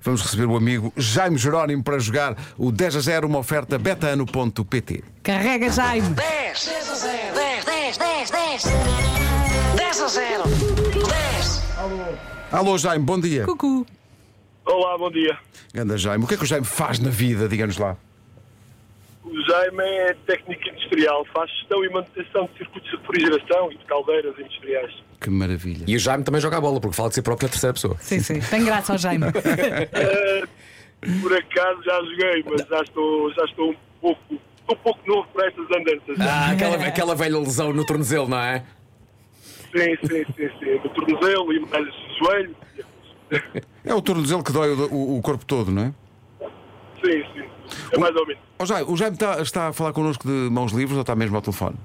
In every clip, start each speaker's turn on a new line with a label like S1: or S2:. S1: Vamos receber o amigo Jaime Jerónimo para jogar o 10 a 0, uma oferta betano.pt.
S2: Carrega, Jaime.
S3: 10 a 0. 10, 10, 10, 10. 10 a 0. 10.
S1: Alô, Jaime, bom dia.
S2: Cucu.
S4: Olá, bom dia.
S1: Anda, Jaime. O que é que o Jaime faz na vida, diga-nos lá?
S4: O Jaime é técnico industrial, faz gestão e manutenção de circuitos de refrigeração e de caldeiras industriais.
S1: Que maravilha.
S5: E o Jaime também joga a bola, porque fala de si próprio na terceira pessoa.
S2: Sim, sim. Tem graça ao Jaime.
S4: Por acaso já joguei, mas já estou, já estou um pouco. Estou um pouco novo para estas andanças.
S5: Ah, aquela, aquela velha lesão no tornozelo, não é?
S4: Sim, sim, sim, sim. No tornozelo e mais joelho.
S1: É o tornozelo que dói o, o- o corpo todo, não é?
S4: Sim, sim. É mais ou menos.
S1: Ó, Jaime, o Jaime está, está a falar connosco de mãos livres ou está mesmo ao telefone?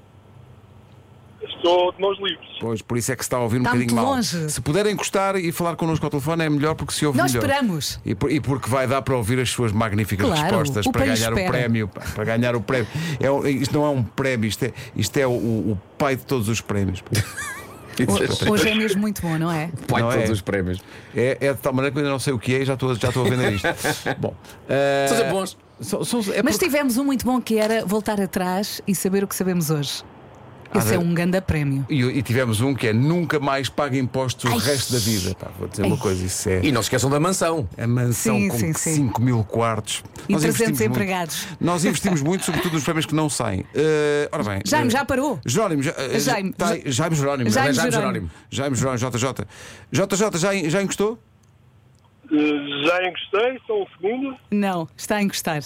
S4: Estou de mãos livres.
S1: Pois, por isso é que se está a ouvir um
S2: Está
S1: bocadinho
S2: muito
S1: mal.
S2: longe.
S1: Se puder encostar e falar connosco ao telefone é melhor porque se ouve
S2: Nós
S1: melhor.
S2: esperamos.
S1: E, por- e porque vai dar para ouvir as suas magníficas
S2: Claro,
S1: respostas
S2: o
S1: para ganhar
S2: país
S1: o
S2: espera.
S1: prémio. pá, Para ganhar o prémio. É o- isto não é um prémio, isto é, isto é o, o pai de todos os prémios. pá.
S2: Ho- Hoje é mesmo muito bom, não é?
S5: Pai
S1: Não
S5: de todos
S1: é?
S5: os prémios.
S1: É, é de tal maneira que eu ainda não sei o que é e já estou, já estou a vender isto. Bom,
S2: Ah.
S1: eh,
S5: São sempre bons.
S1: são- são- é
S2: Mas
S1: porque-
S2: tivemos um muito bom que era voltar atrás e saber o que sabemos hoje. Esse
S1: Ah,
S2: é
S1: de-
S2: um grande prémio.
S1: e, e tivemos um que é nunca mais paga impostos o resto da vida. Pá, vou dizer uma coisa, isso é.
S5: E não se esqueçam da mansão.
S1: A mansão
S2: Sim,
S1: com
S2: sim, sim.
S1: 5 mil quartos.
S2: E
S1: Nós
S2: 300
S1: investimos muito.
S2: empregados.
S1: Nós investimos muito, sobretudo nos prémios que não saem. Eh, ora bem.
S2: Jaime,
S1: eh,
S2: já parou?
S1: Jerónimo, já, eh,
S2: Jaime.
S1: tá aí, Jaime Jerónimo.
S2: Jaime
S1: Jaime
S2: Jerónimo.
S1: Jaime Jerónimo, JJ. JJ, já, já encostou?
S4: Eh, Já encostei, só um segundo.
S2: Não, está a encostar.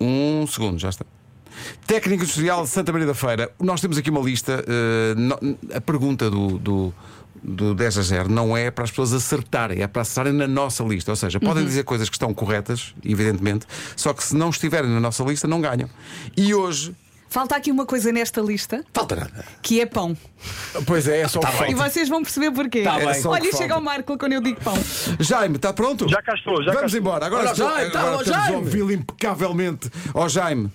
S1: Um segundo, já está. Técnico Industrial de Santa Maria da Feira. Nós temos aqui uma lista. eh, no- a pergunta do, do, do 10 a 0 não é para as pessoas acertarem, é para acertarem na nossa lista. Ou seja, podem dizer coisas que estão corretas, evidentemente, só que se não estiverem na nossa lista, não ganham. E hoje.
S2: Falta aqui uma coisa nesta lista,
S5: Falta nada.
S2: que é pão.
S1: Pois é, é só o
S2: E vocês vão perceber porquê.
S5: Tá bem. É
S1: só o que
S2: Olha, e
S1: falta.
S2: chega ao Marco quando eu digo pão.
S1: Jaime, está pronto?
S4: Já cá estou, já cá
S1: Vamos
S4: estou.
S1: embora. Agora,
S5: Ora,
S1: estou-
S5: Jaime, está
S1: agora
S5: lá o
S1: estamos a
S5: Jaime.
S1: ouvi-lo impecavelmente. Ó Jaime,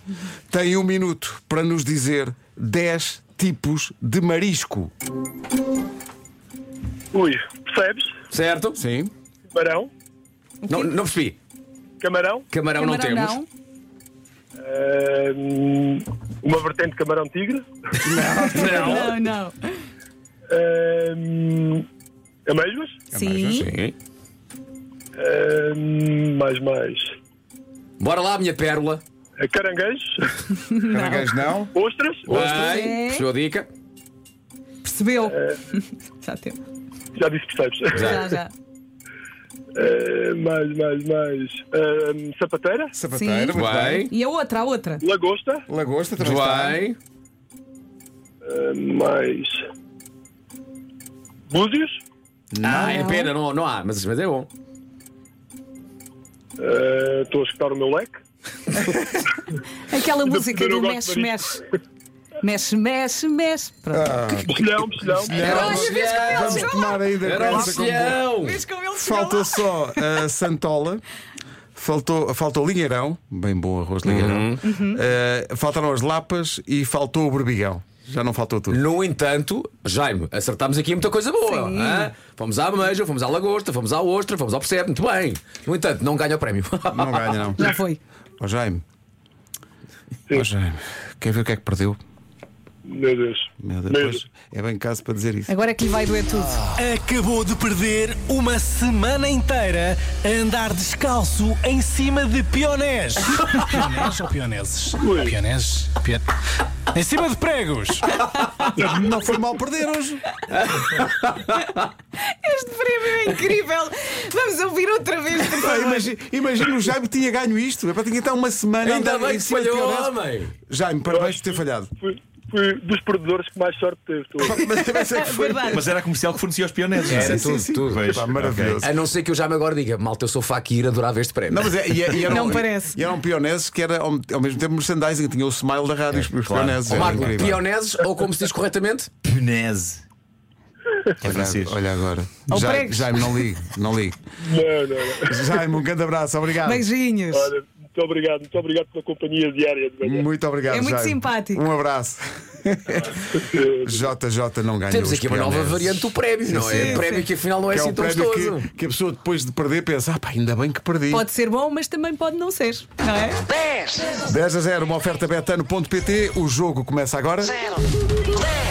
S1: tem um minuto para nos dizer 10 tipos de marisco.
S4: Ui, percebes?
S5: Certo?
S1: Sim.
S4: Camarão,
S5: Não, não percebi.
S4: camarão,
S5: Camarão, não
S2: Camarão
S5: temos.
S2: não.
S4: eh, uma vertente de camarão tigre.
S2: Não, não.
S4: Eh, amêijoas?
S2: Sim.
S5: um Sim.
S4: Eh, mais, mais. Eh,
S5: Bora lá, minha pérola.
S4: Caranguejos,
S1: Caranguejos não.
S4: ostras,
S5: Bem, percebeu a dica?
S2: Percebeu? Já temos.
S4: já disse percebes.
S2: Já, já.
S4: Eh, mais, mais, mais. Ahm, sapateira,
S1: Sapateira,
S2: Sim.
S1: muito bem.
S5: Bem,
S2: E a outra, a outra.
S4: lagosta,
S1: Lagosta também está.
S5: bem.
S4: ahm, mais. Búzios,
S5: Ah, é pena, não, não há, mas, mas é bom.
S4: eh, estou a escutar o meu leque.
S2: Aquela música
S4: eu
S2: do
S4: não
S2: mexe,
S4: gosto
S2: mexe. Mexe, mexe, mexe. Pronto.
S4: Mexilhão, mexilhão.
S2: Era o Chião.
S1: Vamos
S2: Chega lá.
S1: tomar ainda
S5: Era o
S1: conta com-
S5: Sião.
S2: Vês como ele chega
S1: Faltou
S2: lá?
S1: só a Santola. Faltou, faltou Linheirão, bem bom arroz de Linheirão.
S5: Uhum.
S1: Eh, faltaram as lapas e faltou o berbigão. Já não faltou tudo.
S5: No entanto, Jaime, acertámos aqui muita coisa boa. hã? Fomos à Meja, fomos à Lagosta, fomos à Ostra, fomos ao Percebe, muito bem. No entanto, não ganha o prémio.
S1: Não ganha, não.
S2: Já foi.
S1: Ó Jaime. Ó Jaime, quer ver o que é que perdeu?
S4: Meu Deus.
S1: Meu Deus, pois, é bem caso para dizer isso.
S2: Agora é que lhe vai doer tudo.
S6: Acabou de perder uma semana inteira a andar descalço em cima de pionés. pionés ou pioneses? Pionés? Pio- Em cima de pregos.
S1: Ah, Não foi mal perder hoje.
S2: Este prémio é incrível. Vamos ouvir outra vez, por
S1: Pá,
S2: favor.
S1: imagina, imagina o Jaime tinha ganho isto. É para tinha estado uma semana a
S5: Ainda
S1: andar
S5: bem
S1: em
S5: que
S1: cima de
S5: falhou,
S1: pioneiros.
S5: homem.
S1: Jaime, parabéns por ter falhado.
S4: Fui, fui dos perdedores que mais sorte teve. estou a ver.
S1: Mas também sei que foi.
S2: É Verdade.
S7: Mas era a comercial que fornecia os pioneses.
S1: Sim,
S5: Era
S1: sim,
S5: tudo,
S1: sim.
S5: tudo.
S1: Epá, maravilhoso.
S5: A não ser que o Jaime agora diga, malta, eu sou faquir, adorava este prémio.
S1: Não, mas é, e, e eram,
S2: Não parece.
S1: E eram pioneses que era ao, ao mesmo tempo merchandising, tinha o smile da rádio. os os pioneses.
S5: Ó,
S1: era
S5: Marco,
S1: é incrível.
S5: pioneses, ou como se diz corretamente,
S7: Pionese. É
S1: Olha,
S7: francês.
S1: olha agora.
S2: Ao
S1: Jaime,
S2: pregos.
S1: Jaime, não ligue, não ligue.
S4: Não, não, não.
S1: Jaime, um grande abraço, obrigado.
S2: Beijinhos.
S4: Olha, muito obrigado, muito obrigado pela companhia diária de manhã.
S1: Muito obrigado,
S2: É muito
S1: Jaime.
S2: simpático.
S1: Um abraço. JJ não ganhou.
S5: Temos
S1: os
S5: aqui uma nova
S1: pioneses.
S5: variante do prémio, não é?
S1: sim,
S5: prémio
S2: sim.
S5: que afinal não é,
S1: Que é
S5: assim
S1: um
S5: tão
S1: prémio
S5: gostoso.
S1: que, que a pessoa depois de perder pensa: ah, pá, ainda bem que perdi.
S2: Pode ser bom, mas também pode não ser, não é?
S3: 10,
S1: 10 a 0, uma oferta betano.pt. O jogo começa agora.
S3: 0, 10.